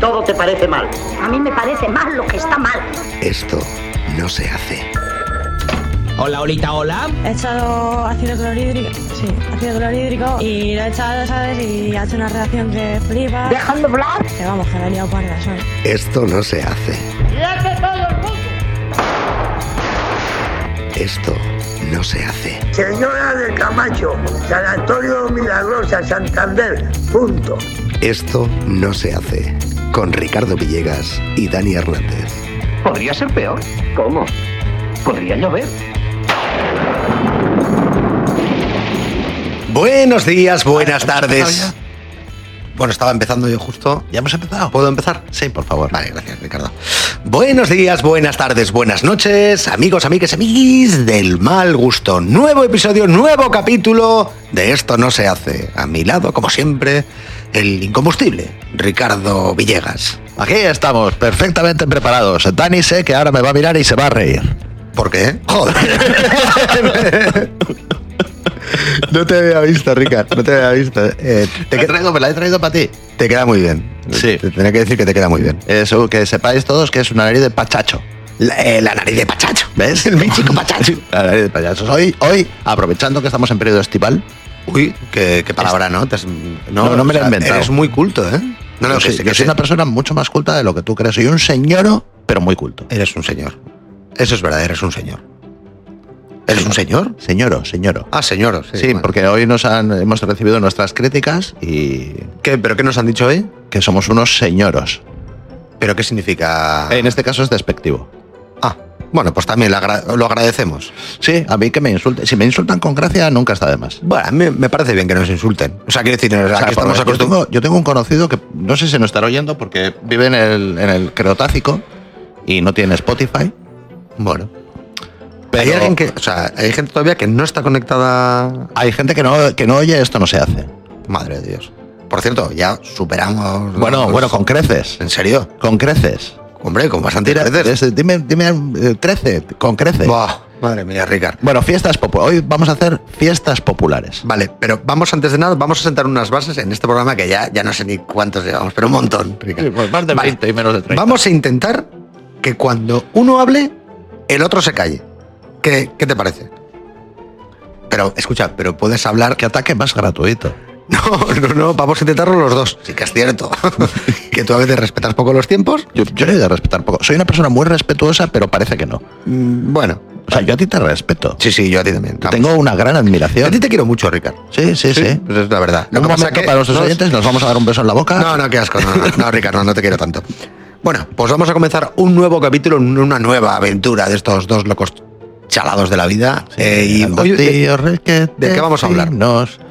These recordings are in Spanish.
Todo te parece mal. A mí me parece mal lo que está mal. Esto no se hace. Hola, Olita, hola. He echado ácido clorhídrico, sí, ácido clorhídrico y lo he echado, ¿sabes? Y ha hecho una reacción que flipa. Dejando hablar. Que vamos, que la he liado parda, ¿sabes? Esto no se hace. ¡Y hace todo el mundo! Esto no se hace. Señora de Camacho, Sanatorio Milagrosa, Santander, punto. Esto no se hace. Con Ricardo Villegas y Dani Hernández. Podría ser peor. ¿Cómo? Podría llover. Buenos días, buenas tardes. Bueno, estaba empezando yo justo. ¿Ya hemos empezado? ¿Puedo empezar? Sí, por favor. Vale, gracias, Ricardo. Buenos días, buenas tardes, buenas noches, amigos, amigues, amiguis del mal gusto. Nuevo episodio, nuevo capítulo de Esto no se hace. A mi lado, como siempre, el incombustible, Ricardo Villegas. Aquí estamos, perfectamente preparados. Dani sé que ahora me va a mirar y se va a reír. ¿Por qué? Joder. No te había visto, Ricard, no te había visto. Eh, te que- me la he traído para ti. te queda muy bien. Sí. Eh, Te tenía que decir que te queda muy bien. Eso, que sepáis todos que es una nariz de pachacho. La, eh, la nariz de Pachacho. ¿Ves? El México Pachacho. La nariz de pachacho. Hoy, hoy, aprovechando que estamos en periodo estival, Uy, qué, qué palabra, ¿no? Te has- No, no me la he inventado. Eres muy culto, ¿eh? No, no, yo que soy, sí, yo que soy sí. una persona mucho más culta de lo que tú crees. Soy un señoro, pero muy culto. Eres un señor. Eso es verdad, eres un señor. ¿Eres un señor? Señoro, señoro. Ah, señor. Sí, porque hoy nos han, hemos recibido nuestras críticas y ¿Qué, ¿Pero qué nos han dicho hoy? que somos unos señoros. ¿Pero qué significa...? En este caso es despectivo. Ah, bueno, pues también la agra- lo agradecemos. Sí, a mí que me insulten. Si me insultan con gracia, nunca está de más. Bueno, a mí me parece bien que nos insulten. O sea, quiero decir, O sea, aquí por estamos ver, yo, acostumbrados... tengo, yo tengo un conocido que no sé si nos estará oyendo porque vive en el, en el Creotácico y no tiene Spotify. Bueno. Pero Hay alguien que... O sea, hay gente todavía que no está conectada... hay gente que no, que no oye, esto no se hace. Madre de Dios. Por cierto, ya superamos... Bueno, los- bueno, con creces. ¿En serio? Con creces. Hombre, con bastante Tira- creces. es- dime, dime, eh, crece, con creces. Buah, madre mía, Ricard. Bueno, fiestas populares. Hoy vamos a hacer fiestas populares. Vale, pero vamos antes de nada, vamos a sentar unas bases en este programa que ya, ya no sé ni cuántos llevamos, pero un montón, Ricard. más de Vale. 20 y menos de 30. Vamos a intentar que cuando uno hable, el otro se calle. ¿Qué, qué te parece? Pero, escucha, pero puedes hablar... que ataque más gratuito. No, no, no, vamos a intentarlo los dos. Sí que es cierto. que tú a veces respetas poco los tiempos. Yo, yo le he de respetar poco. Soy una persona muy respetuosa, pero parece que no. Mm, Bueno. O sea, yo a ti te respeto. Sí, sí, yo a ti también. Vamos. Tengo una gran Yo a ti admiración. te quiero mucho, Ricard. Sí, sí, sí. pues es la verdad. En un pasa momento para nuestros nos- oyentes nos vamos a dar un beso en la boca. No, no, qué asco. No, no, no, Ricardo, no te quiero tanto. Bueno, pues vamos a comenzar un nuevo capítulo, una nueva aventura de estos dos locos chalados de la vida. Eh, y hoy, eh, ¿de qué vamos a hablar?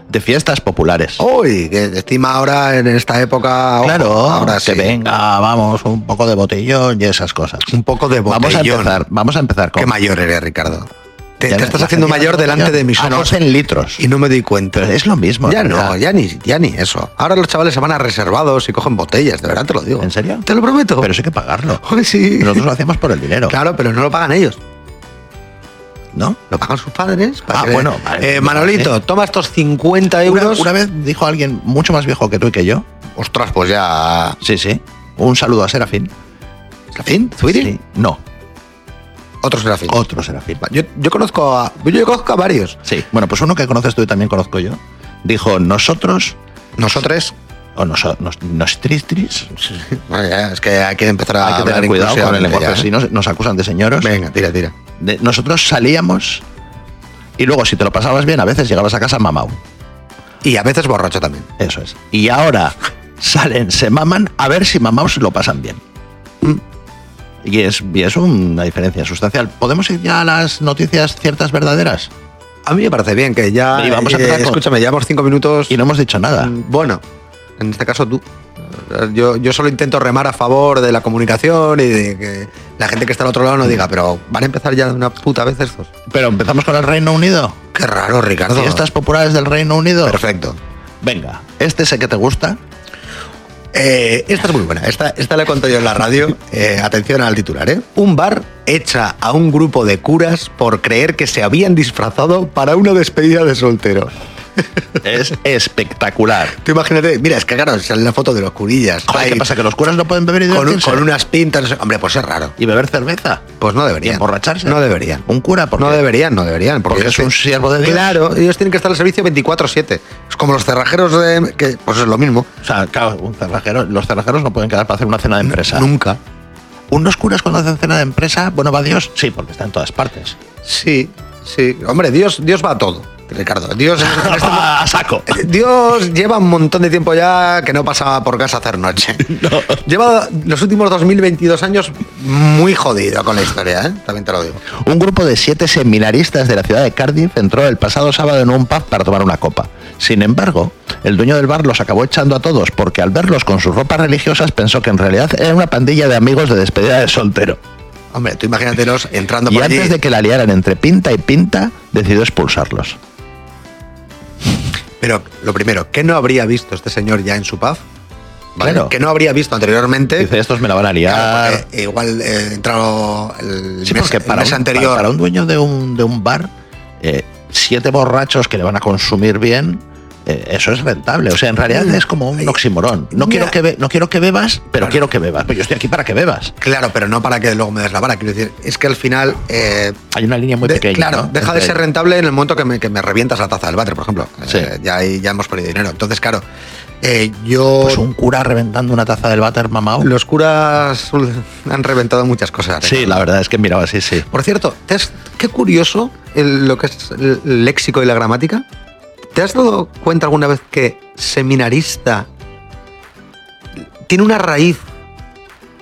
De fiestas populares. hoy, que estima ahora en esta época. ojo, claro, ahora que sí. venga, vamos, un poco de botellón y esas cosas. Un poco de botellón. Vamos a empezar, vamos a empezar con... Qué mayor eres, Ricardo. Te, Ya te no- estás la haciendo gente mayor hace delante botellón. de mis ojos Anota en litros. y no me doy cuenta. Ah, Pero es lo mismo, Ya en no, verdad. ya ni, ya ni eso. Ahora los chavales se van a reservados y cogen botellas, de verdad te lo digo. ¿En serio? Te lo prometo. Pero eso hay que pagarlo. Joder, sí. Nosotros lo hacemos por el dinero, Claro, pero no lo pagan ellos. ¿no? Lo pagan sus padres. Ah, que- bueno, vale. Eh, Manolito, toma estos 50 Una, euros. una vez dijo alguien mucho más viejo que tú y que yo. Ostras, pues ya. Sí, sí. Un saludo a Serafín. ¿Serafín? ¿Zuiri? Sí. No, Otro Serafín. otro Serafín. Yo, yo conozco a. Yo conozco a varios. Sí, bueno, pues uno que conoces tú y también conozco yo. Dijo, nosotros, Nosotros. o noso- nos, nos tristris, Bueno, ya, es que hay que empezar a hay que hablar tener cuidado con el inclusivamente lenguaje, ya, si ¿eh? nos, nos acusan de señoros. Venga, tira, tira. De- nosotros salíamos y luego si te lo pasabas bien, a veces llegabas a casa mamau. Y a veces borracho también. Eso es. Y ahora salen, se maman, a ver si mamau se lo pasan bien. Y es, y es una diferencia sustancial. ¿Podemos ir ya a las noticias ciertas verdaderas? A mí me parece bien que ya. Y vamos a eh, empezar con- escúchame, llevamos cinco minutos. Y no hemos dicho nada. Mm, Bueno, en este caso tú. Yo, yo solo intento remar a favor de la comunicación y de que la gente que está al otro lado no diga, pero van a empezar ya de una puta vez estos. Pero empezamos con el Reino Unido. Qué raro, Ricardo. Fiestas populares del Reino Unido. Perfecto. Venga, este sé que te gusta. Eh, esta es muy buena. Esta, esta la he contado yo en la radio. Eh, atención al titular, ¿eh? Un bar echa a un grupo de curas por creer que se habían disfrazado para una despedida de soltero. Es espectacular. Tú imagínate, mira, es que claro, sale la foto de los curillas. Joder, ¿qué Ahí, pasa? ¿Que los curas no pueden beber y Con, un- divertirse? con unas pintas, no sé- hombre, pues es raro. y beber cerveza. Pues no Y deberían. emborracharse. No deberían. Un cura, ¿por no qué? deberían, no deberían. Porque, Porque es un siervo de Dios. Claro, ellos tienen que estar al servicio 24-7. Es como los cerrajeros de. Que, pues es lo mismo. O sea, claro, un cerrajero- los cerrajeros no pueden quedar para hacer una cena de empresa. Nunca. Unos curas cuando hacen cena de empresa, bueno, va Dios, sí, porque está en todas partes. Sí, sí. Hombre, Dios, Dios va a todo, Ricardo. Dios, en este mo- ¡Ah, a saco. Dios lleva un montón de tiempo ya que no pasaba por casa a hacer noche. Lleva los últimos 2022 años muy jodido con la historia, ¿eh? También te lo digo. Un grupo de siete seminaristas de la ciudad de Cardiff entró el pasado sábado en un pub para tomar una copa. Sin embargo, el dueño del bar los acabó echando a todos porque al verlos con sus ropas religiosas pensó que en realidad eran una pandilla de amigos de despedida de soltero. Hombre, tú imagínatelos entrando Y por antes allí. de que la liaran entre pinta y pinta, decidió expulsarlos. Pero lo primero, ¿qué no habría visto este señor ya en su pub? ¿Vale? Claro. ¿Qué no habría visto anteriormente? Dice, estos me la van a liar. Eh, Claro, porque igual eh, entrado el Sí, mes, porque el para, mes un, anterior. para- para un dueño de un, de un bar, eh, siete borrachos que le van a consumir bien, eh, eso es rentable. O sea, en realidad es como un oximorón. No, Mm. Mira. quiero que, be- no quiero que bebas, pero quiero que bebas. Pues yo estoy aquí para que bebas. Claro, pero no para que luego me des la vara. Quiero decir, es que al final. eh, Hay una línea muy de- pequeña. claro, ¿no? deja de Entre- ser rentable en el momento que me, que me revientas la taza del váter, por ejemplo. Sí. Eh, ya, ahí- ya hemos perdido dinero. Entonces, claro, eh, yo. Pues un cura reventando una taza del váter mamao. Los curas han reventado muchas cosas. ¿eh? Sí, la verdad es que miraba así, sí. Eh, Por cierto, ¿te has- qué curioso el- lo que es el el léxico y la gramática. ¿Te has dado cuenta alguna vez que seminarista tiene una raíz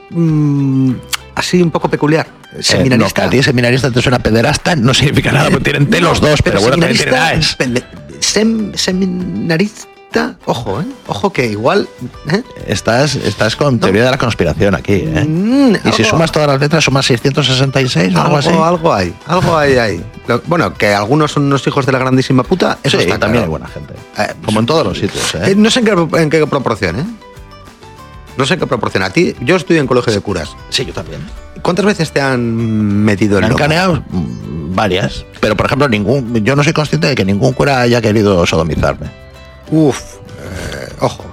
mm, así un poco peculiar? Eh, no, que Seminarista. a ti seminarista te suena pederasta, no significa nada, porque tienen T los dos, pero, bueno, también tienen AES. pende- sem- seminarista, ojo, ¿eh? Ojo que igual. ¿eh? Estás, estás con teoría de la conspiración aquí, ¿eh? Mm, Y si algo- sumas todas las letras, sumas 666 o algo así. algo hay, algo hay ahí. Lo- bueno, que algunos son unos hijos de la grandísima puta, eso Sí, está también claro. hay buena gente. Eh, Como en todos los sitios, ¿eh? Eh, no sé en qué, en qué proporción, ¿eh? No sé en qué proporción. A ti, yo estudié en colegio de curas. Sí, yo también. ¿Cuántas veces te han metido en Me han el lomo? caneado mm, varias. Pero, por ejemplo, ningún yo no soy consciente de que ningún cura haya querido sodomizarme. Uf, eh, ojo.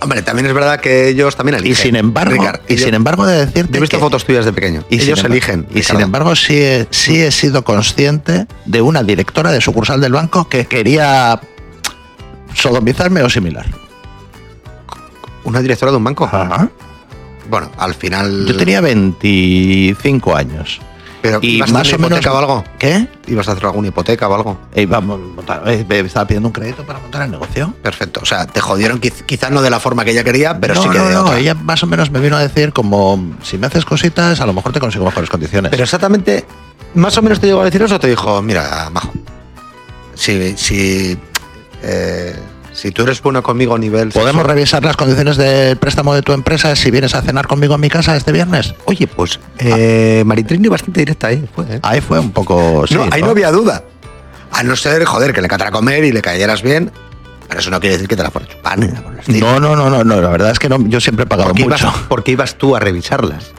Hombre, también es verdad que ellos también eligen. Y sin embargo, Ricard, y yo- sin embargo de decirte Yo he visto que- fotos tuyas de pequeño. y sin ellos embargo- eligen. Y sin Ricardo. embargo sí he, sí he sido consciente de una directora de sucursal del banco que quería sodomizarme o similar. Una directora de un banco. Ajá. Bueno, al final. Yo tenía 25 años. Pero Y ¿ibas a más hacer o una menos... hipoteca o algo? ¿Qué? ¿Ibas a hacer alguna hipoteca o algo? Eh, vamos, monta- eh, me estaba pidiendo un crédito para montar el negocio. Perfecto. O sea, te jodieron quiz- quizá no de la forma que ella quería, pero no, sí que no, de no, otra. ella más o menos me vino a decir como si me haces cositas, a lo mejor te consigo mejores condiciones. Pero exactamente, más o menos te llegó a decir eso, o te dijo, mira, majo, si, si, eh, si tú eres bueno conmigo a nivel... ¿Podemos sexual, revisar las condiciones del préstamo de tu empresa si vienes a cenar conmigo en mi casa este viernes? Oye, pues eh, Maritrini bastante directa ahí, fue, ¿eh? ahí fue un poco... Ah, pues sí, no, ahí no había duda. A no ser, joder, que le catara comer y le cayeras bien, pero eso no quiere decir que te la fuera a chupar. ni la fuera a vestir. No, no, no, no, no, la verdad es que no, yo siempre he pagado porque, ibas, mucho. porque ibas tú a revisarlas.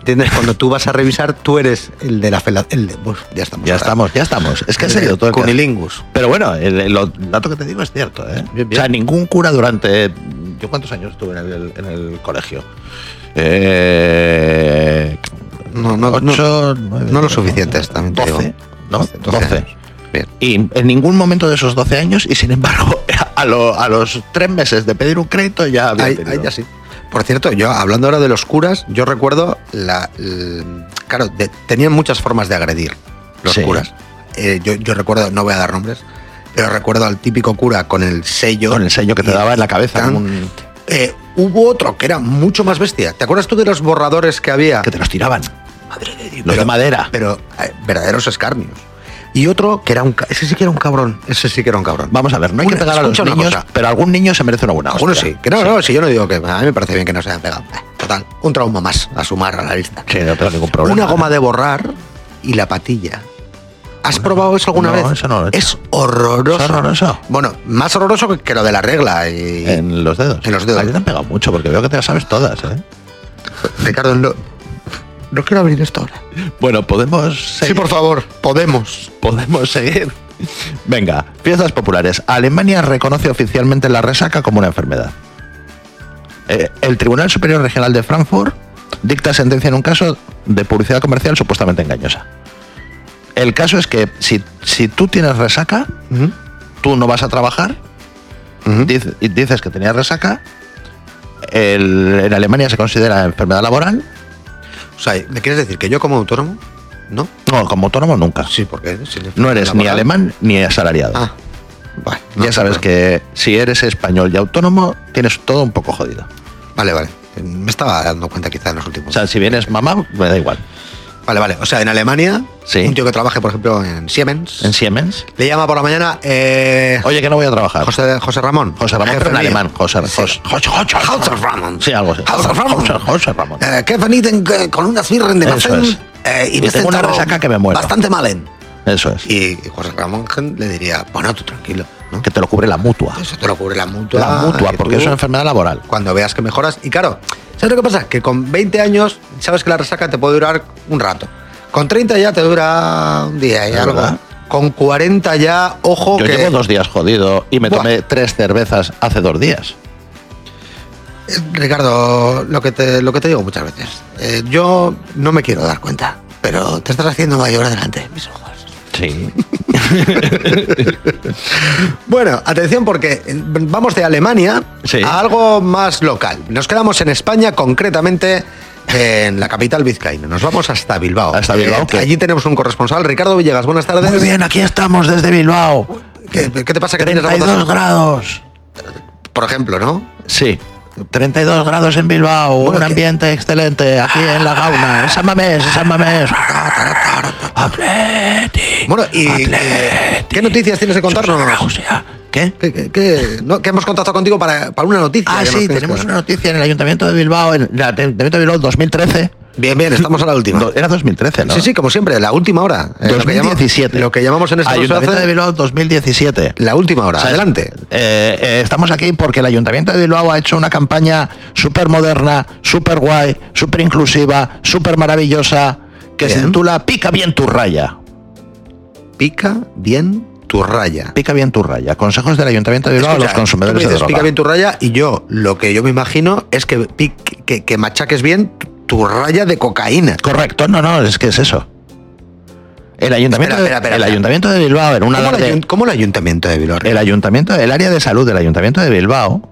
¿Entiendes? Cuando tú vas a revisar, tú eres el de la fela... el de- Uf, ya estamos. Ya estamos, ya estamos. Es que ha seguido todo el caso. Cunilingus. Pero bueno, el, el- lo- el dato que te digo es cierto. ¿eh? Bien, bien. O sea, ningún cura durante... ¿Yo cuántos años estuve en el, en el colegio? Eh, No, no, no. ocho, nueve, no lo suficientes, también te digo. 12, ¿no? 12. 12 años. Bien. Y en ningún momento de esos 12 años, y sin embargo, a, lo- a los tres meses de pedir un crédito ya había Ahí- tenido. ahí ya sí. Por cierto, yo hablando ahora de los curas, yo recuerdo la, l- claro, de- tenían muchas formas de agredir los Sí. curas. Eh, yo, yo recuerdo, no voy a dar nombres, pero recuerdo al típico cura con el sello. Con el sello que te y- daba en la cabeza. tan- como un- Eh, hubo otro que era mucho más bestia. ¿Te acuerdas tú de los borradores que había? que te los tiraban. Los Pero- de madera. Pero eh, verdaderos escarnios. Y otro que era un, ca- ese sí que era un cabrón, ese sí que era un cabrón. Vamos a ver, no hay Una- que pegar a los escucha una niños, cosa. pero algún niño se merece una buena Algunos hostia. sí. Que no, no, si yo no digo que a mí me parece bien que no se hayan pegado. Eh, Total, un trauma más a sumar a la lista. Sí, no tengo ningún problema. Una goma de borrar y la patilla. ¿Has probado eso alguna no, vez? eso no lo he hecho. es horroroso. Es horroroso. Bueno, más horroroso que- que lo de la regla. Y... En los dedos. En los dedos. A ti te han pegado mucho porque veo que te las sabes todas. ¿eh? Ricardo, no, no quiero abrir esto ahora. Bueno, podemos seguir. favor, podemos. Podemos seguir. Venga, fiestas populares. Alemania reconoce oficialmente la resaca como una enfermedad. Eh, el Tribunal Superior Regional de Frankfurt dicta sentencia en un caso de publicidad comercial supuestamente engañosa. El caso es que si, si tú tienes resaca, tú no vas a trabajar, dice- y dices que tenías resaca, el- en Alemania se considera enfermedad laboral, O sea, ¿le quieres decir que yo como autónomo? ¿No? no, como autónomo nunca. Sí, porque si le- No eres ni laboral- alemán ni asalariado. Ah, vale. ya no, sabes no. que si eres español y autónomo, tienes todo un poco jodido. Vale, vale. Me estaba dando cuenta quizá en los últimos. O sea, si vienes mamá, me da igual. vale, vale. O sea, en Alemania, Sí. un tío que trabaje, por ejemplo, en Siemens, En Siemens. le llama por la mañana eh, Oye, que no voy a trabajar. José, José Ramón. José Ramón, jefe pero en mío. alemán. José, Sí. José, José, José- José Ramón. Sí, algo así. José Ramón. José- José Ramón. Eh, que he venido en- eh, con unas birras de Eso Macén, es. eh, y Y me he tengo una sentado resaca que me muero. Bastante malen. Eso es. Y, y José Ramón le diría, bueno, tú tranquilo, ¿no? Que te lo cubre la mutua. Eso te lo cubre la mutua. La mutua, que porque Pues tú- es una enfermedad laboral. cuando veas que mejoras. Y claro, ¿sabes lo que pasa? Que con 20 años sabes que la resaca te puede durar un rato. Con 30 ya te dura un día y Es algo. verdad. Con 40 ya, ojo Yo que llevo dos días jodido y me Buah. tomé tres cervezas hace dos días. Eh, Ricardo, lo que te, lo que te digo muchas veces. eh, yo no me quiero dar cuenta, pero te estás haciendo mayor adelante, mis ojos. Sí. Bueno, atención porque eh, vamos de Alemania Sí. a algo más local. Nos quedamos en España, concretamente eh, en la capital vizcaína. Nos vamos hasta Bilbao. Eh, Hasta Bilbao, ¿qué? allí tenemos un corresponsal, Ricardo Villegas. Buenas tardes. Muy bien, aquí estamos desde Bilbao. ¿Qué, qué te pasa que tienes la 32 voz grados. así? Por ejemplo, ¿no? Sí. 32 grados en Bilbao, Bueno, un que- ambiente excelente aquí en la gauna, en San Mamés, en San Mamés. Atleti. Bueno, y eh, Atleti. ¿qué noticias tienes que contarnos? Susarausia. Ah, ¿Qué? ¿Qué, qué- qué- no, que hemos contactado contigo para, para una noticia. Ah, que nos sí, tienes que tenemos dar. una noticia en el Ayuntamiento de Bilbao, en el Ayuntamiento de Bilbao 2013. Bien, bien, estamos a la última. Do- Era 2013, ¿no? Sí, sí, como siempre, la última hora. Eh, lo que llama- 2017. Lo que llamamos en este Ayuntamiento caso hace- de Bilbao 2017. la última hora. O sea, Adelante. eh, eh, estamos aquí porque el Ayuntamiento de Bilbao ha hecho una campaña súper moderna, súper guay, súper inclusiva, súper maravillosa, que se Bien. titula Pica bien tu raya. Pica bien tu raya. Pica bien tu raya. Consejos del Ayuntamiento de Bilbao Escucha, a los consumidores tú me de dices, droga. Pica bien tu raya y yo lo que yo me imagino es que, pic- que, que machaques bien tu- tu raya de cocaína. Correcto, no, no, es que es eso. El Ayuntamiento, Espera, de- espera, espera, el espera. Ayuntamiento de Bilbao en una ¿Cómo, el tarde- ayun- cómo el ayuntamiento de Bilbao? el ayuntamiento, el área de salud del ayuntamiento de Bilbao,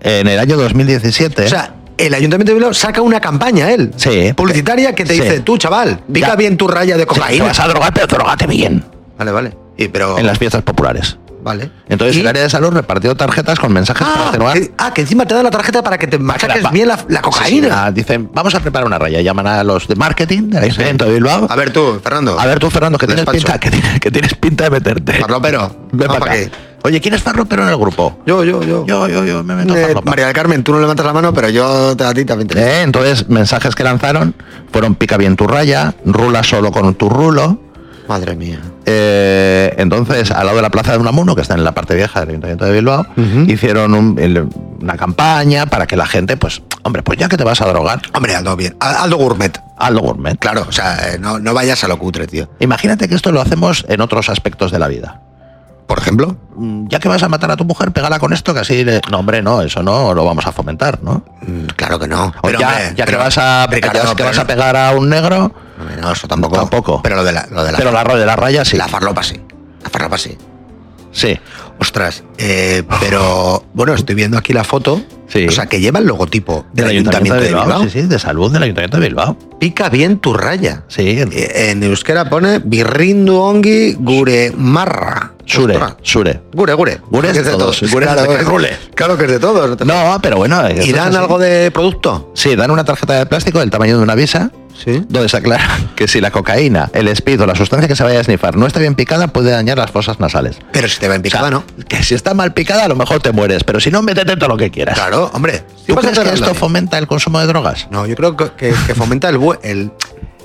en el año 2017. O sea, el ayuntamiento de Bilbao saca una campaña, él. Sí. Publicitaria que te Sí. dice, tú, chaval, pica Ya. bien tu raya de Sí, te cocaína. vas a drogar, pero drogate bien. Vale, vale. Y, pero, En las fiestas populares. Vale. Entonces ¿Y? el área de salud repartió tarjetas con mensajes para Ah, atenuar. que, ah, que encima te dan la tarjeta para que te machaques Va- bien la, la Sí, sí, cocaína. ah, dicen, vamos a preparar una raya. Llaman a los de marketing del ayuntamiento de Bilbao. A ver tú, Fernando. A ver tú, Fernando, que Del tienes, pinta, despacho. que, tienes, que tienes pinta de meterte. Farlopero. Ven Ah, para ¿para acá. qué? Oye, ¿quién es farropero en el grupo? Yo, yo, yo. Yo, yo, yo, me Eh, meto a farlopa. María del Carmen, tú no levantas la mano, pero yo te- a ti también te ¿Eh? Entonces, mensajes que lanzaron fueron pica bien tu raya, rula solo con tu rulo. Madre mía. Eh, entonces, al lado de la Plaza de Unamuno, que está en la parte vieja del Ayuntamiento de Bilbao, Ujú. hicieron un- el- una campaña para que la gente, pues, hombre, pues ya que te vas a drogar, Hombre, Aldo, bien. A- Aldo Gourmet. hazlo gourmet. Claro, o sea, eh, no, no vayas a lo cutre, tío. Imagínate que esto lo hacemos en otros aspectos de la vida. Por ejemplo. Mm, Ya que vas a matar a tu mujer, pégala con esto, que así le... No, hombre, no, eso no lo vamos a fomentar, ¿no? Mm, Claro que no. O ya hombre, ya que pero- vas a, Ricardo, ya que pero vas a no- pegar a un negro, No, eso tampoco. Tampoco. Pero lo de la, lo de la, pero la, ro- de la raya sí. la farlopa sí. La farlopa sí. sí. Ostras, eh, pero bueno, estoy viendo aquí la foto. Sí. O sea, que lleva el logotipo del, Ayuntamiento, de Bilbao. Sí, sí, de salud del Ayuntamiento de Bilbao. Pica bien tu raya. Sí, el- Eh, En euskera pone birrindu ongi gure marra. Sure, Ostras. Sure. Gure, gure. Gure es de todos, gure es de claro, que rule. claro que es de todos. No, pero bueno. ¿Y dan algo de producto? Sí, dan una tarjeta de plástico del tamaño de una visa, Sí. donde se aclara que si la cocaína, el speed o la sustancia que se vaya a snifar no está bien picada, puede dañar las fosas nasales. Pero si te va en picada, O sea, ¿no? Que si está mal picada, a lo mejor te mueres, pero si no, métete todo lo que quieras. Claro, hombre. ¿Tú Sí vas crees a que enterrar esto nadie. fomenta el consumo de drogas? No, yo creo que, que- que fomenta el, bu- el,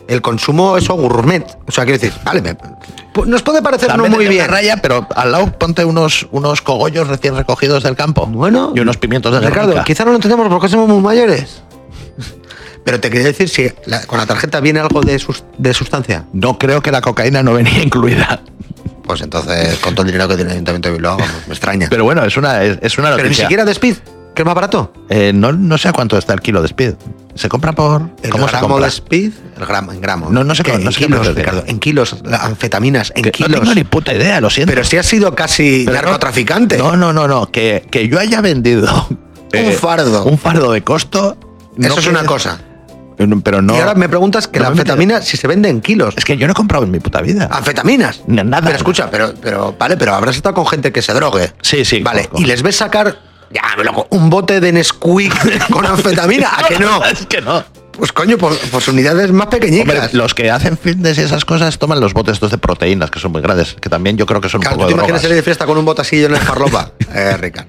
el consumo eso gourmet. O sea, quiero decir, vale, me- pu- nos puede parecer no También muy tiene bien. una raya, pero al lado ponte unos, unos cogollos recién recogidos del campo. Bueno, Y unos pimientos de Ricardo, Guernica. quizá no lo entendemos porque somos muy mayores. Pero te quería decir si la- con la tarjeta viene algo de, sus- de sustancia. No creo que la cocaína no venía incluida. Pues entonces, con todo el dinero que tiene el Ayuntamiento de Bilbao, vamos, me extraña. Pero, Pero bueno, es una, es, es una noticia. ni siquiera de Speed, que es más barato. Eh, no, no sé a cuánto está el kilo de Speed. ¿Se compra por...? El ¿Cómo se gramo compra? de Speed, el gramo, en gramo. No, no sé Que cómo- no en sé qué kilos, precio tiene. Ricardo, en kilos, la- anfetaminas, en Que kilos. Eh, No tengo ni puta idea, lo siento. Pero si ha sido casi Pero no- narcotraficante. No, no, no, no. Que, que yo haya vendido... eh, fardo. Un fardo de costo... no Eso es quiere- una cosa. Pero no... y ahora me preguntas que no la me he metido. anfetamina, si se vende en kilos. Es que yo no he comprado en mi puta vida. Anfetaminas. N- nada. Pero escucha, pero, pero, vale, pero habrás estado con gente que se drogue. Sí, sí, Vale, conozco. y les ves sacar, ya, me loco, un bote de Nesquik con anfetamina. ¿A que no? es que no. Pues coño, pues, pues unidades más Hombre, pequeñitas. los que hacen fitness y esas cosas toman los botes estos de proteínas, que son muy grandes, que también yo creo que son Claro, un ¿tú poco te drogas. imaginas salir de fiesta con un botacillo en el farlopa? eh, Rica.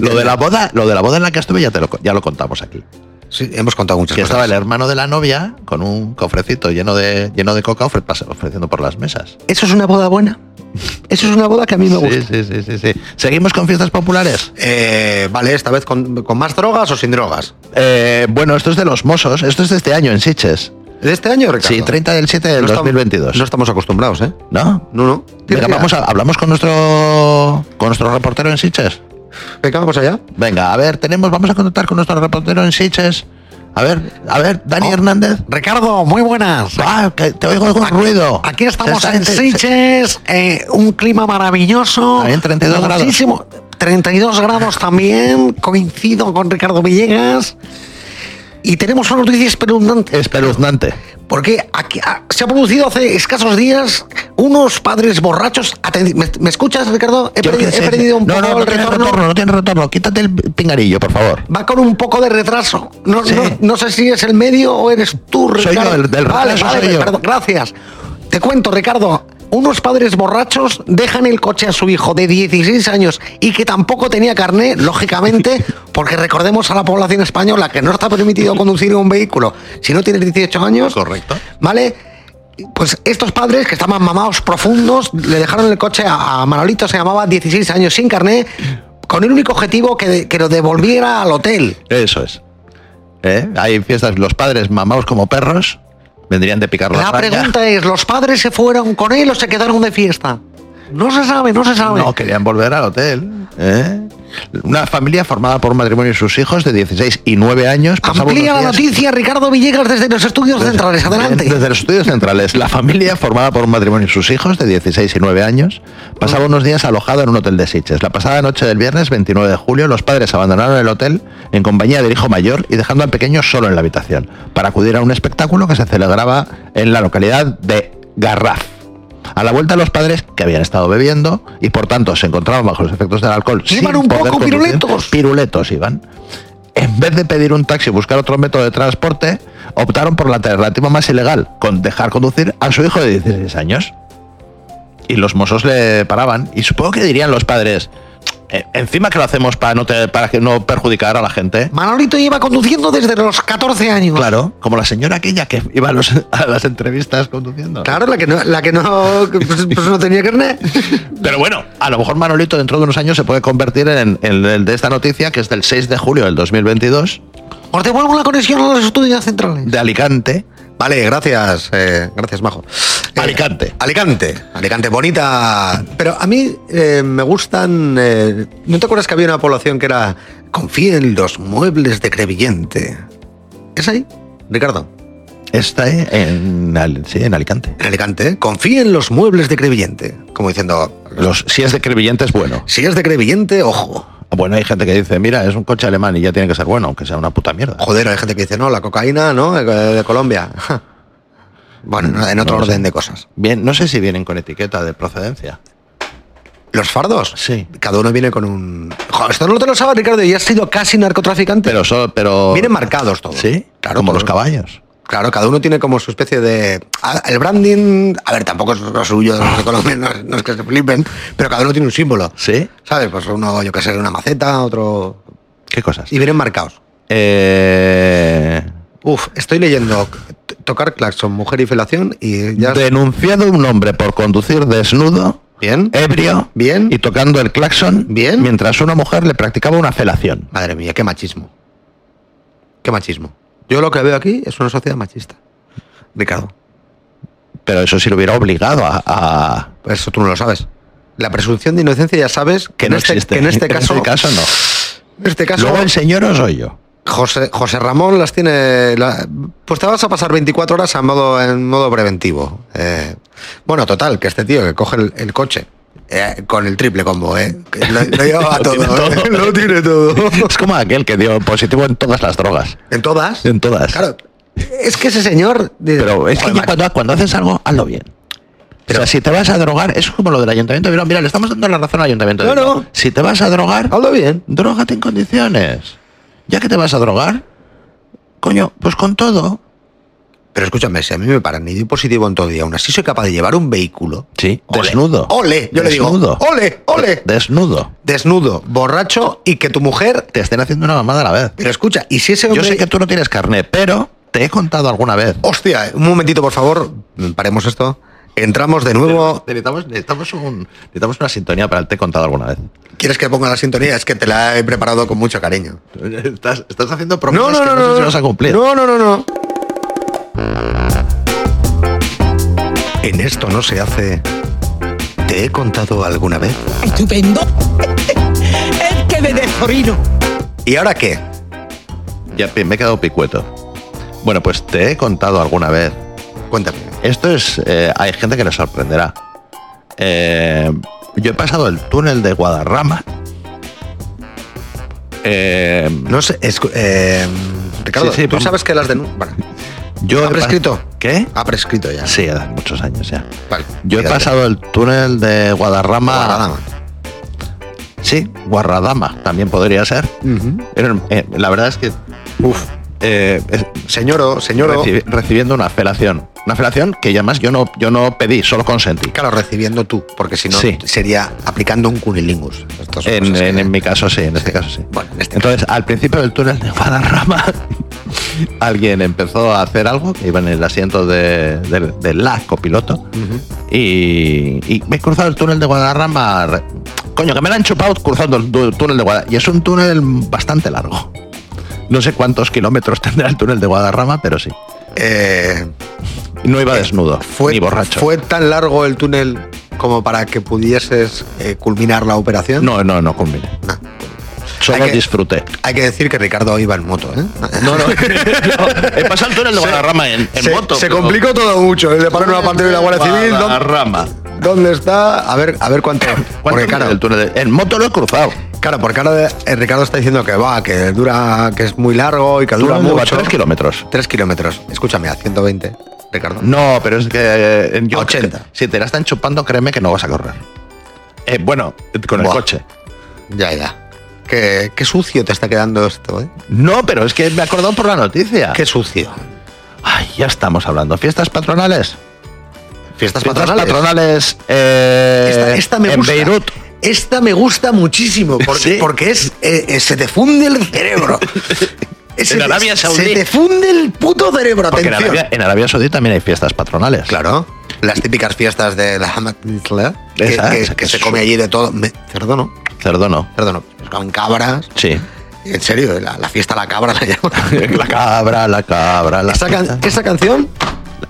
Lo de la boda, lo de la boda en la que estuve ya te lo, co- ya lo contamos aquí. Sí, hemos contado muchas Que estaba cosas. el hermano de la novia con un cofrecito lleno de lleno de coca ofre- pas- ofreciendo por las mesas. ¿Eso es una boda buena? Eso es una boda que a mí me gusta. Sí, sí, sí, sí, sí. Seguimos con fiestas populares. Eh, vale, esta vez con, con más drogas o sin drogas. Eh, bueno, esto es de los mozos, esto es de este año en Siches. ¿De este año, Ricardo? Sí, 30 del 7 del No estamos- 2022. no estamos acostumbrados, ¿eh? ¿No? No, no. Venga, vamos a- hablamos con nuestro con nuestro reportero en Siches. Venga, vamos allá. Venga, a ver, tenemos, vamos a contactar con nuestro reportero en Siches. A ver, a ver, Dani Oh. Hernández. Ricardo, muy buenas. Ah, que te oigo algún ruido. Aquí estamos Está- en se- Sitges, eh, un clima maravilloso. También 32 grados. Muchísimo. 32 grados también, coincido con Ricardo Villegas. Y tenemos una noticia espeluznante, Espeluznante. porque aquí ah, se ha producido hace escasos días unos padres borrachos. Atendi- ¿Me, me escuchas, Ricardo? He, Yo perdi- qué he sé. perdido un no, poco no, no el tiene retorno. retorno. No tiene retorno. Quítate el pingarillo, por favor. Va con un poco de retraso. No, Sí. no, no sé si es el medio o eres tú, Soy Ricardo. yo, el del vale, retraso vale, soy yo. perdón, gracias. Te cuento, Ricardo. Unos padres borrachos dejan el coche a su hijo de 16 años y que tampoco tenía carné, lógicamente, porque recordemos a la población española que no está permitido conducir un vehículo si no tienes 18 años. Correcto. ¿Vale? Pues estos padres que estaban mamados profundos le dejaron el coche a a Manolito, se llamaba 16 años sin carné, con el único objetivo que, de- que lo devolviera al hotel. Eso es. ¿Eh? Hay fiestas, los padres mamados como perros vendrían de picar la La raya. pregunta es, ¿los padres se fueron con él o se quedaron de fiesta? No se sabe, no se sabe. No, querían volver al hotel. ¿eh? Una familia formada por un matrimonio y sus hijos de 16 y 9 años. pasaba Amplía unos la días- noticia, Ricardo Villegas, desde los estudios centrales. Adelante. Desde los estudios centrales, la familia, formada por un matrimonio y sus hijos de 16 y 9 años, pasaba unos días alojado en un hotel de Sitges. La pasada noche del viernes 29 de julio, los padres abandonaron el hotel en compañía del hijo mayor y dejando al pequeño solo en la habitación para acudir a un espectáculo que se celebraba en la localidad de Garraf. A la vuelta los padres, que habían estado bebiendo y por tanto se encontraban bajo los efectos del alcohol, Iban un poco conducir- piruletos. piruletos iban, en vez de pedir un taxi y buscar otro método de transporte, optaron por la alternativa más ilegal, con dejar conducir a su hijo de 16 años. Y los mozos le paraban, y supongo que dirían los padres, "Eh, encima que lo hacemos para, no te- para que no perjudicar a la gente. Manolito lleva conduciendo desde los 14 años. Claro, como la señora aquella que iba a, los- a las entrevistas conduciendo. Claro, la que no, la que no, pues, pues no tenía carnet. Pero bueno, a lo mejor Manolito dentro de unos años se puede convertir en, en el de esta noticia, que es del 6 de julio del 2022, Os devuelvo la conexión a los estudios centrales. de Alicante. Vale, gracias, eh, gracias, Majo. Eh, Alicante. Alicante, Alicante, bonita. Pero a mí eh, me gustan. eh, ¿No te acuerdas que había una población que era. Confía en los muebles de Crevillente? ¿Es ahí? Ricardo, Está en, Al- sí, en Alicante. en Alicante, ¿eh? confía en los muebles de Crevillente. Como diciendo, Los, si es de Crevillente es bueno. si es de Crevillente, ojo. Bueno, hay gente que dice, mira, es un coche alemán y ya tiene que ser bueno, aunque sea una puta mierda. Joder, hay gente que dice, no, la cocaína, ¿no? Eh, De Colombia. Bueno, en otro No lo orden sé. de cosas. Bien, no sé si vienen con etiqueta de procedencia. ¿Los fardos? Sí. Cada uno viene con un. Joder, esto no te lo sabes, Ricardo, y has sido casi narcotraficante. Pero so- pero Vienen marcados todos. Sí, Claro, como todos. los caballos. Claro, cada uno tiene como su especie de. a- El branding. A ver, tampoco es lo suyo, los colombianos, no es que se flipen, pero cada uno tiene un símbolo. Sí, ¿Sabes? Pues uno, yo qué sé, una maceta, otro. qué cosas. Y vienen marcados. Eh, Uf, estoy leyendo t- tocar claxon, mujer y felación y ya. Denunciado un hombre por conducir desnudo, Bien. ebrio, Bien. y tocando el claxon, Bien. mientras una mujer le practicaba una felación. Madre mía, qué machismo. Qué machismo. Yo lo que veo aquí es una sociedad machista. Ricardo. Pero eso sí lo hubiera obligado a, a- Eso tú no lo sabes. La presunción de inocencia ya sabes que, en, este, existe. que en este caso. En este caso no. en este caso, Luego el señor o soy yo. José, José Ramón las tiene. la- pues te vas a pasar 24 horas a modo, en modo preventivo. Eh, bueno, total, que este tío que coge el, el coche eh, con el triple combo, ¿eh? que Lo, lo lleva Lo todo, tiene ¿eh? todo. Lo tiene todo. Es como aquel que dio positivo en todas las drogas. En todas. En todas. Claro. Es que ese señor. dice, Pero es que "Joder, ya macho". cuando, cuando haces algo, hazlo bien. Pero si te vas a drogar, es como lo del ayuntamiento de Bilbao. Mira, le estamos dando la razón al ayuntamiento de Claro. Bilbao. Si te vas a drogar, Hazlo bien. drogate en condiciones. Ya que te vas a drogar, coño, pues con todo. Pero escúchame, si a mí me paran y doy positivo en todo día, aún así soy capaz de llevar un vehículo. Sí, Ole. desnudo. Ole, yo le digo, Desnudo. ole, ole. Desnudo. Desnudo, borracho y que tu mujer. Te estén haciendo una mamada a la vez. Pero escucha, y si ese Yo hombre. sé que tú no tienes carnet, pero te he contado alguna vez. Hostia, un momentito, por favor. Paremos esto. Entramos de nuevo. Necesitamos, necesitamos, un- necesitamos una sintonía para el te he contado alguna vez. ¿Quieres que ponga la sintonía? Es que te la he preparado con mucho cariño. Estás, estás haciendo promesas que no, sé si vas a cumplir. No, no, no, no. En esto no se hace. ¿Te he contado alguna vez? ¡Estupendo! ¡El que me desorino! ¿Y ahora qué? Ya pi- me he quedado picueto. Bueno, pues te he contado alguna vez. Cuéntame. Esto es. eh, hay gente que le sorprenderá. Eh, yo he pasado el túnel de Guadarrama. Eh, No sé, escu- eh, Ricardo, Sí, sí, tú vamos. sabes que las denuncias. Bueno, yo ¿Ha he pa- prescrito? ¿Qué? ha prescrito ya. Sí, hace muchos años ya. Vale, Yo he fíjate. pasado el túnel de Guadarrama. Guadarrama. Sí, Guarradama también podría ser. Pero, eh, la verdad es que. Uf. eh, es- Señoro, señoro. recibi- recibiendo una felación. Una felación que además yo no, yo no pedí, solo consentí. Claro, recibiendo tú, porque si no Sí. sería aplicando un cunilingus. Estas son En, cosas que- en- en mi caso sí, en este caso sí. Bueno, en este Entonces, al principio del túnel de Guadarrama, alguien empezó a hacer algo, que iba en el asiento de, de- de la copiloto, y, y me he cruzado el túnel de Guadarrama. re- Coño, que me la han chupado cruzando el tu- túnel de Guadarrama. Y es un túnel bastante largo. No sé cuántos kilómetros tendrá el túnel de Guadarrama, pero sí. Eh, Y No iba desnudo, fue, ni borracho. ¿Fue tan largo el túnel como para que pudieses eh, culminar la operación? No, no, no combiné. Ah. Solo Hay que- disfruté. Hay que decir que Ricardo iba en moto, ¿eh? No, no, no, He pasado el túnel de Se- Guadarrama en, en se, moto. Se pero- complicó todo mucho. ¿eh? Le pararon una parte de la Guardia Civil. ¿dó- Guadarrama. ¿Dónde, está? A ver, a ver cuánto. ¿Cuánto Porque mide claro, el túnel de- En moto lo he cruzado. claro, porque ahora eh, Ricardo está diciendo que va, que dura, que es muy largo y que dura Túnel de mucho. 3 kilómetros. Tres kilómetros. Escúchame, a 120, Ricardo. No, pero es que... eh, en- yo- 80. Si te la están chupando, créeme que no vas a correr. Eh, bueno, con el Buah. coche. Ya, ya. Qué, qué sucio te está quedando esto, ¿eh? No, pero es que me he acordado por la noticia. Qué sucio. Ay, ya estamos hablando. Fiestas patronales. Fiestas Fiestas patronales. patronales, eh, Esta, esta me en gusta. Beirut. Esta me gusta muchísimo porque, Sí. porque es, eh, eh, se te funde el cerebro. Se te- Arabia Saudí. Se te funde el puto cerebro, Porque en atención. Arabia, en Arabia Saudí también hay fiestas patronales. Claro. Las típicas fiestas de la Hamad Isla, que, Esa, que- esa que que se es- come allí de todo. Me, cerdo no, Cerdo no. cerdo no. Se comen cabras. Sí. En serio, la, la fiesta a la cabra la llaman. La cabra, la cabra, la Esa, can- esa canción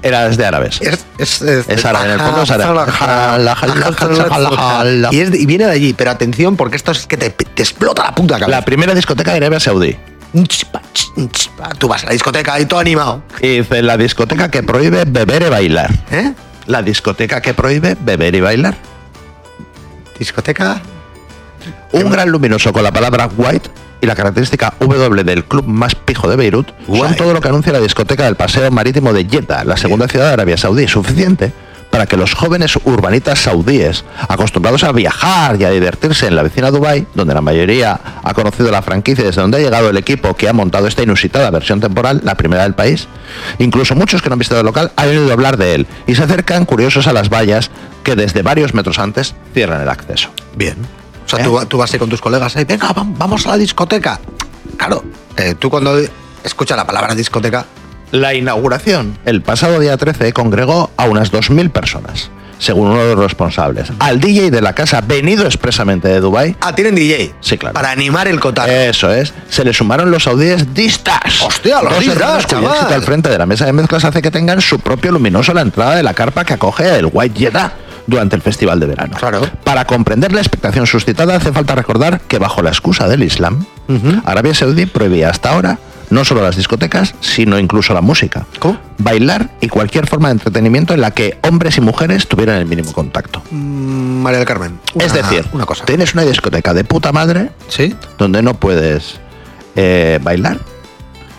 Era desde árabes. Es, es, es, Es árabe, en el fondo es árabe. Y, es de- y viene de allí, pero atención, porque esto es que te, te explota la puta La cabeza. primera discoteca de Arabia Saudí. Un chispa, ch- un chispa. Tú vas a la discoteca y todo animado. Y dice, la discoteca que prohíbe beber y bailar. ¿Eh? La discoteca que prohíbe beber y bailar. Discoteca. Un gran luminoso con la palabra white y la característica W del club más pijo de Beirut son White. todo lo que anuncia la discoteca del paseo marítimo de Jeddah, la segunda ciudad de Arabia Saudí, suficiente para que los jóvenes urbanitas saudíes, acostumbrados a viajar y a divertirse en la vecina Dubai, donde la mayoría ha conocido la franquicia y desde donde ha llegado el equipo que ha montado esta inusitada versión temporal, la primera del país, incluso muchos que no han visto el local han oído hablar de él y se acercan curiosos a las vallas que desde varios metros antes cierran el acceso. Bien. O sea, ¿Eh? tú, va- tú vas ahí con tus colegas ahí, venga, vam- vamos a la discoteca. Claro, eh, tú cuando escuchas la palabra discoteca, La inauguración, el pasado día 13, congregó a unas 2.000 personas, según uno de los responsables. Al DJ de la casa, venido expresamente de Dubái, ah, tienen DJ. Sí, claro. Eh, Para animar el cotar. eso es, se le sumaron los saudíes distas. Hostia, los Dos distas, hermanos cuya chaval. éxito al frente de la mesa de mezclas hace que tengan su propio luminoso a la entrada de la carpa que acoge el White Jeddah durante el festival de verano. Claro. Para comprender la expectación suscitada hace falta recordar que bajo la excusa del Islam, Ujú. Arabia Saudí prohibía hasta ahora no solo las discotecas, sino incluso la música, ¿Cómo? bailar y cualquier forma de entretenimiento en la que hombres y mujeres tuvieran el mínimo contacto. Mm, María del Carmen. es una- decir, una cosa. tienes una discoteca de puta madre ¿Sí? donde no puedes eh, bailar.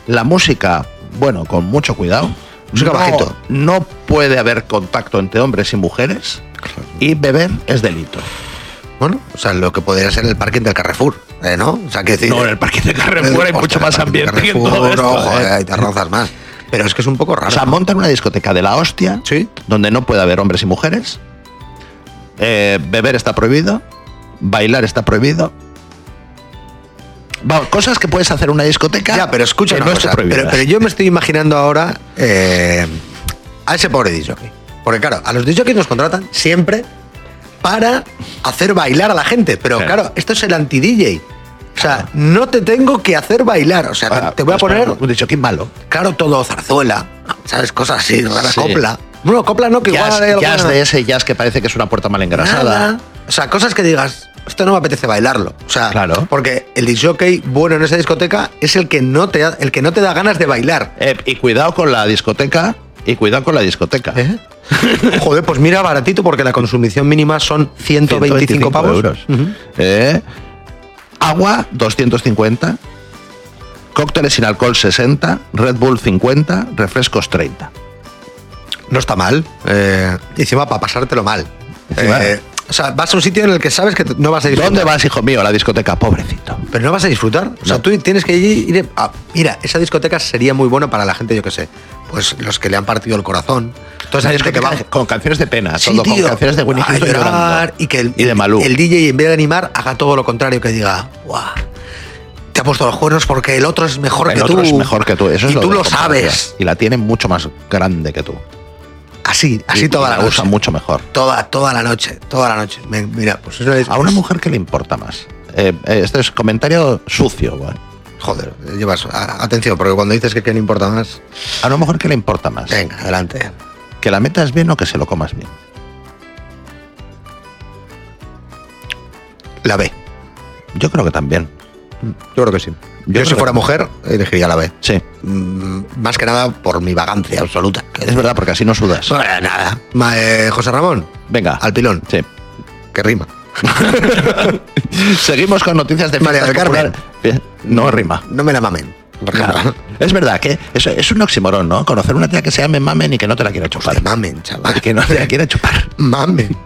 La música, bueno, con mucho cuidado. Música no, bajito. No puede haber contacto entre hombres y mujeres. Y beber es delito. Bueno, o sea, lo que podría ser el parking del Carrefour, eh, ¿no? O sea, que decir, No, en el parking del Carrefour hay Hostia, mucho el más parking del ambiente que en todo Carrefour, esto, ojo, eh. hay terrazas más. Pero es que es un poco raro. O sea, montan una discoteca de la hostia Sí. donde no puede haber hombres y mujeres. eh, beber está prohibido. Bailar está prohibido. Va, cosas que puedes hacer en una discoteca. Ya, pero escucha que una no cosa, esté prohibida. pero, pero yo me estoy imaginando ahora eh, a ese pobre disjockey. Porque claro, a los disjockeys nos contratan siempre para hacer bailar a la gente. Pero Sí. claro, esto es el anti-DJ. O sea, no te tengo que hacer bailar. O sea, Ah, te voy a pues, poner, Un dicho que malo. claro, todo zarzuela, ¿sabes? Cosas así, rara Sí. copla. Bueno, copla no, que jazz, igual hay jazz alguna- de ese jazz que parece que es una puerta mal engrasada. Nada. O sea, cosas que digas, esto no me apetece bailarlo. O sea, Claro. porque el disjockey bueno en esa discoteca es el que no te, ha- el que no te da ganas de bailar. Eh, y cuidado con la discoteca. Y cuidado con la discoteca. ¿Eh? Joder, pues mira, baratito, porque la consumición mínima son 125, pavos. euros. Ujú. Eh, agua, 250. Cócteles sin alcohol, 60. Red Bull, 50. Refrescos, 30. No está mal. eh, encima para pasártelo mal. Encima. Eh, o sea, vas a un sitio en el que sabes que no vas a disfrutar. ¿Dónde vas, hijo mío? A la discoteca, pobrecito. Pero no vas a disfrutar. O sea, No. tú tienes que ir a... Mira, esa discoteca sería muy buena para la gente, yo qué sé. Pues los que le han partido el corazón. Toda esa Una Pues gente que discoteca va... con canciones de pena, Sí, todo, tío. con canciones de Winnie A Houston llorar llorando. y que el, Y de Malú. el DJ en vez de animar haga todo lo contrario que diga "Buah, te ha puesto los cuernos porque el otro es mejor El que otro tú es mejor que tú. Eso y es tú de lo compartir. sabes Y la tiene mucho más grande que tú. así así Y- toda y la, la noche usa mucho mejor. toda toda la noche toda la noche Me- mira pues eso es A una mujer que le importa más. Eh, eh, esto es comentario sucio. ¿vale? joder llevas a- atención porque cuando dices que, que no importa más A una mujer que le importa más. venga adelante Que la metas bien o que se lo comas bien. la B Yo creo que también. yo creo que sí yo, creo si que fuera sí. mujer elegiría la B Sí. Mm, más que nada por mi vagancia absoluta que Es verdad, porque así no sudas. Bueno, nada Ma- eh, José Ramón Venga. al pilón Sí. que rima Seguimos con noticias de María fiestas del Carmen. populares. Bien, No rima. No me la mamen. Claro. Es verdad que es, es un oximorón, ¿no? Conocer una tía que se llame mamen y que no te la quiera chupar. Te mamen, chaval. Y que no te la quiera chupar. Mamen.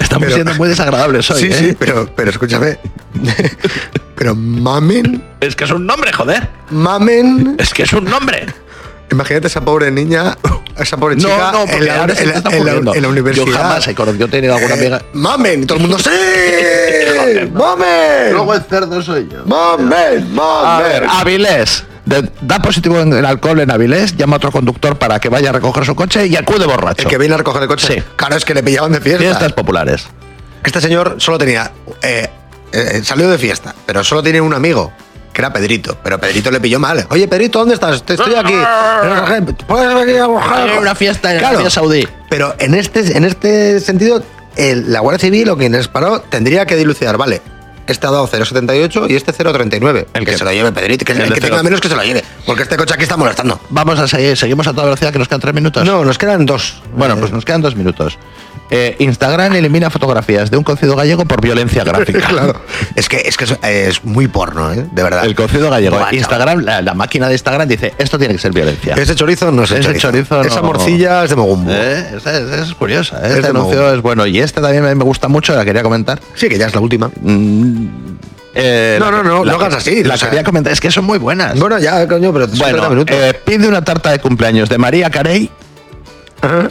Estamos Pero- siendo muy desagradables hoy, sí, ¿eh? sí, pero, pero escúchame. pero mamen, Es que es un nombre, joder. mamen. Es que es un nombre. Imagínate esa pobre niña, esa pobre No, chica no, porque en, la, ahora se en te la- está en la- ocurriendo. en la universidad. Yo jamás he conocido, yo he tenido alguna Eh, amiga. mamen, y todo el mundo, ¡sí! ¡Mamen! el cerdo soy yo. ¡Mamen! A ver, ¡Mamen! Avilés. De- da positivo en el alcohol en Avilés, llama a otro conductor para que vaya a recoger su coche y acude borracho. El que viene a recoger el coche. Sí. Claro, es que le pillaban de fiesta. Fiestas populares. Este señor solo tenía. eh, eh, salió de fiesta, pero solo tiene un amigo, que era Pedrito. Pero Pedrito le pilló mal. Oye, Pedrito, ¿dónde estás? Te estoy aquí. Puedes venir a buscar. Hay una fiesta en Claro. Arabia Saudí. Pero en este, en este sentido, el- la Guardia Civil o quien les paró tendría que dilucidar, vale. Este ha dado 0,78 y este 0,39. El que, que- se lo lleve Pedrito, que el, el de que tenga cero. menos que se lo lleve. Porque este coche aquí está molestando. Vamos a seguir, seguimos a toda velocidad que nos quedan tres minutos. No, nos quedan dos. Bueno, pues nos quedan dos minutos. Eh, Instagram elimina fotografías de un cocido gallego por violencia gráfica. claro. Es que, es que es, es muy porno, ¿eh? De verdad. El cocido gallego. Buah, chaval. Instagram, la, la máquina de Instagram dice, esto tiene que ser violencia. Ese chorizo no es Ese chorizo no- Esa morcilla es de mogumbo. Eh, esa es, esa es curiosa. ¿eh? Es Este de anuncio Mogul. es bueno. Y este también me- me gusta mucho, la quería comentar. Sí, que ya es la última. Mm, eh, No, la- no, no, la- no hagas así, La o sea. quería comentar, es que son muy buenas. Bueno, ya, coño, pero son 30 Bueno, minutos. eh, pide una tarta de cumpleaños de María Carey Ajá.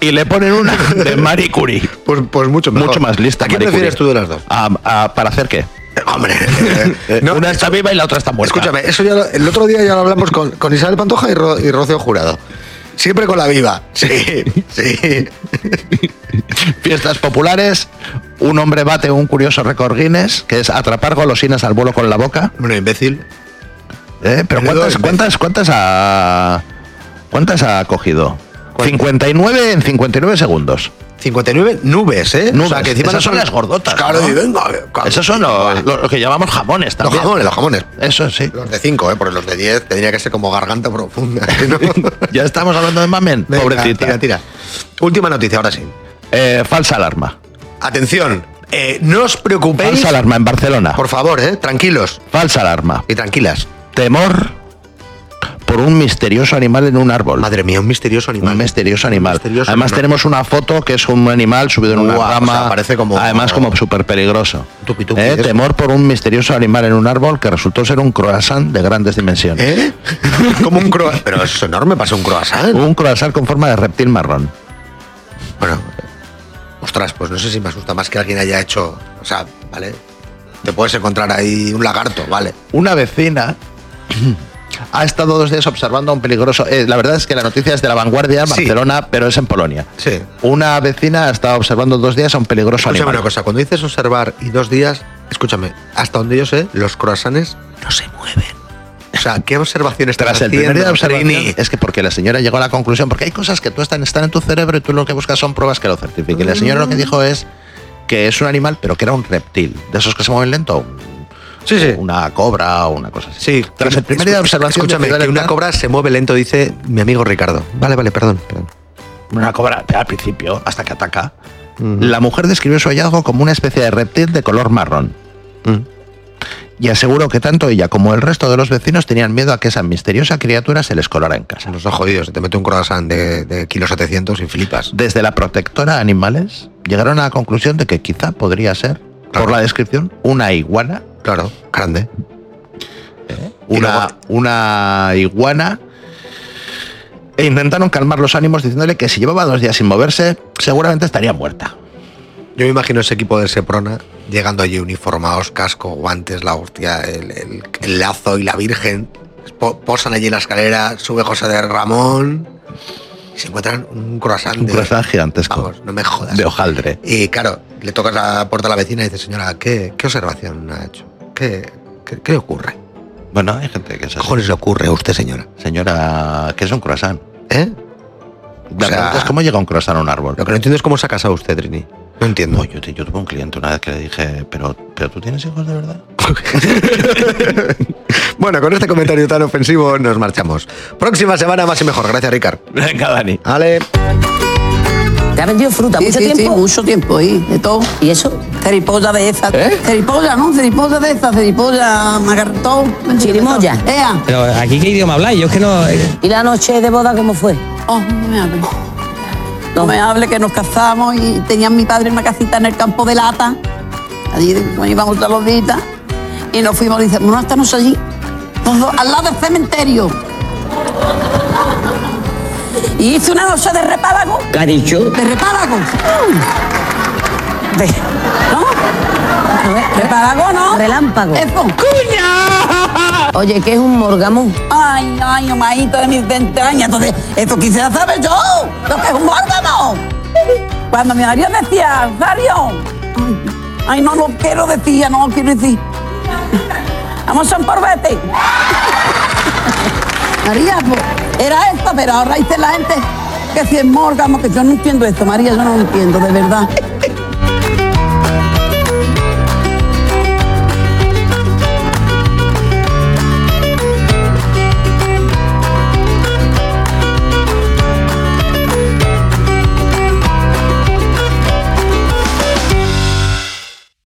y le ponen una de Marie Curie. pues, pues mucho mejor. Mucho más lista. ¿A quién Marie prefieres tú Curie. de las dos? A- a- ¿Para hacer qué? Hombre, Eh, una está viva y la otra está muerta. Escúchame, eso ya lo- el otro día ya lo hablamos con, con Isabel Pantoja y, Ro- y Rocío Jurado. Siempre con la viva. Sí, sí. Fiestas populares. Un hombre bate un curioso récord Guinness, que es atrapar golosinas al vuelo con la boca. Bueno, imbécil. Eh, Pero Menudo ¿cuántas, imbécil. cuántas, cuántas ha, cuántas ha cogido? 59 en 59 segundos. 59 nubes, ¿eh? Nubes. O sea, que encima Esas no son las gordotas, Claro, ¿no? y venga. eh, claro. Esos son los, los que llamamos jamones Los también. jamones, los jamones. Eso sí. Los de 5, ¿eh? Porque los de 10 tendría que ser como garganta profunda. ¿no? Ya estamos hablando de mamen. Venga, Pobrecita. Tira, tira. Última noticia, ahora sí. Eh, falsa alarma. Atención, eh, no os preocupéis. Falsa alarma en Barcelona. Por favor, ¿eh? Tranquilos Falsa alarma. y tranquilas. Temor por un misterioso animal en un árbol. Madre mía, un misterioso animal. Un misterioso animal. misterioso Además animal. tenemos una foto que es un animal subido en una Guau, o rama. sea, parece como- Además como súper peligroso. Tupi, tupi, Eh, eso. Temor por un misterioso animal en un árbol que resultó ser un croissant de grandes dimensiones. ¿Eh? Uh. como un croissant. Pero es enorme para ser un croissant. Un croissant con forma de reptil marrón. Bueno, ostras, pues no sé si me asusta más que alguien haya hecho. O sea, ¿vale? Te puedes encontrar ahí un lagarto, ¿vale? Una vecina ha estado dos días observando a un peligroso. eh, la verdad es que la noticia es de la vanguardia, en Sí. Barcelona, pero es en Polonia. Sí. Una vecina ha estado observando dos días a un peligroso Escúchame animal. una cosa, cuando dices observar y dos días, escúchame, hasta donde yo sé, los croissants no se mueven. O sea, ¿qué observaciones Tras estás el primer día de haciendo, observación, Trini? es que porque la señora llegó a la conclusión, porque hay cosas que tú están, están en tu cerebro y tú lo que buscas son pruebas que lo certifiquen. La señora lo que dijo es que es un animal, pero que era un reptil, de esos que se mueven lento, un- Sí, sí. una cobra o una cosa así. Sí, Tras el primer día de observación, Escúchame, decidió que una alertar- cobra se mueve lento, dice mi amigo Ricardo. Vale, vale, perdón. perdón. Una cobra al principio, hasta que ataca. Mm, La mujer describió su hallazgo como una especie de reptil de color marrón. Mm. Y aseguró que tanto ella como el resto de los vecinos tenían miedo a que esa misteriosa criatura se les colara en casa. Nos ha jodido, se te mete un croissant de, de kilos 700 y flipas. Desde la protectora de animales llegaron a la conclusión de que quizá podría ser, Claro. por la descripción, una iguana, Claro, grande. Y una, luego- una iguana. E intentaron calmar los ánimos diciéndole que si llevaba dos días sin moverse, seguramente estaría muerta. Yo me imagino ese equipo del Seprona llegando allí uniformados, casco, guantes, la hostia, el, el- el lazo y la virgen. Po- posan allí en la escalera, sube José de Ramón y se encuentran un croissant. Un de- croissant gigantesco. Vamos, no me jodas. De hojaldre. Y claro, le tocas la puerta a la vecina y dices, señora, ¿qué, qué observación ha hecho? ¿Qué, qué, qué le ocurre? Bueno, hay gente que es así. ¿Qué cojones le ocurre a usted, señora? Señora, que es un croissant. La ¿Eh? O sea, pregunta es cómo llega un croissant a un árbol. Lo que no entiendo es cómo se ha casado usted, Trini. No entiendo. No, yo, te- yo tuve un cliente una vez que le dije, pero, pero tú tienes hijos de verdad. Bueno, con este comentario tan ofensivo nos marchamos. Próxima semana más y mejor. Gracias, Ricard. Venga, Dani. Ale. ¿Te ha vendido fruta Sí, mucho sí, sí, tiempo? mucho tiempo ahí, de todo. ¿Y eso? Ceripolla de esa. Ceripolla, ¿no? Ceripolla de esa, ceripolla, magartón. Chirimoya. Ea. Pero aquí qué idioma habláis, yo es que no... eh, ¿Y la noche de boda cómo fue? Oh, no me hable. No me hable que nos casamos y tenían mi padre una casita en el campo de lata. Allí nos íbamos todos los días. Y nos fuimos y dice, no, estamos allí. Nos do- al lado del cementerio. Y hice una noche de repárago. ¿Qué ha dicho? De repárago. Mm. De- ¿No? Repárago, ¿no? Relámpago. Eso. Oye, ¿qué es un morgamón? Ay, ay, omadito de mis entrañas. Entonces, esto quisiera saber yo, lo que es un órgano. Cuando mi marido decía, Rosario, ay, ay, no lo quiero decir, ya no lo quiero decir. Vamos a un porvete. María, pues, era esto, pero ahora dice la gente que si es mórgamo, que yo no entiendo esto, María, yo no lo entiendo, de verdad.